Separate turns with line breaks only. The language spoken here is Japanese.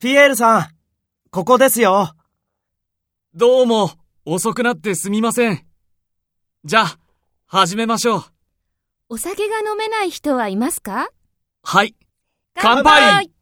ピエールさん、ここですよ。
どうも、遅くなってすみません。じゃあ、始めましょう。
お酒が飲めない人はいますか
はい。乾杯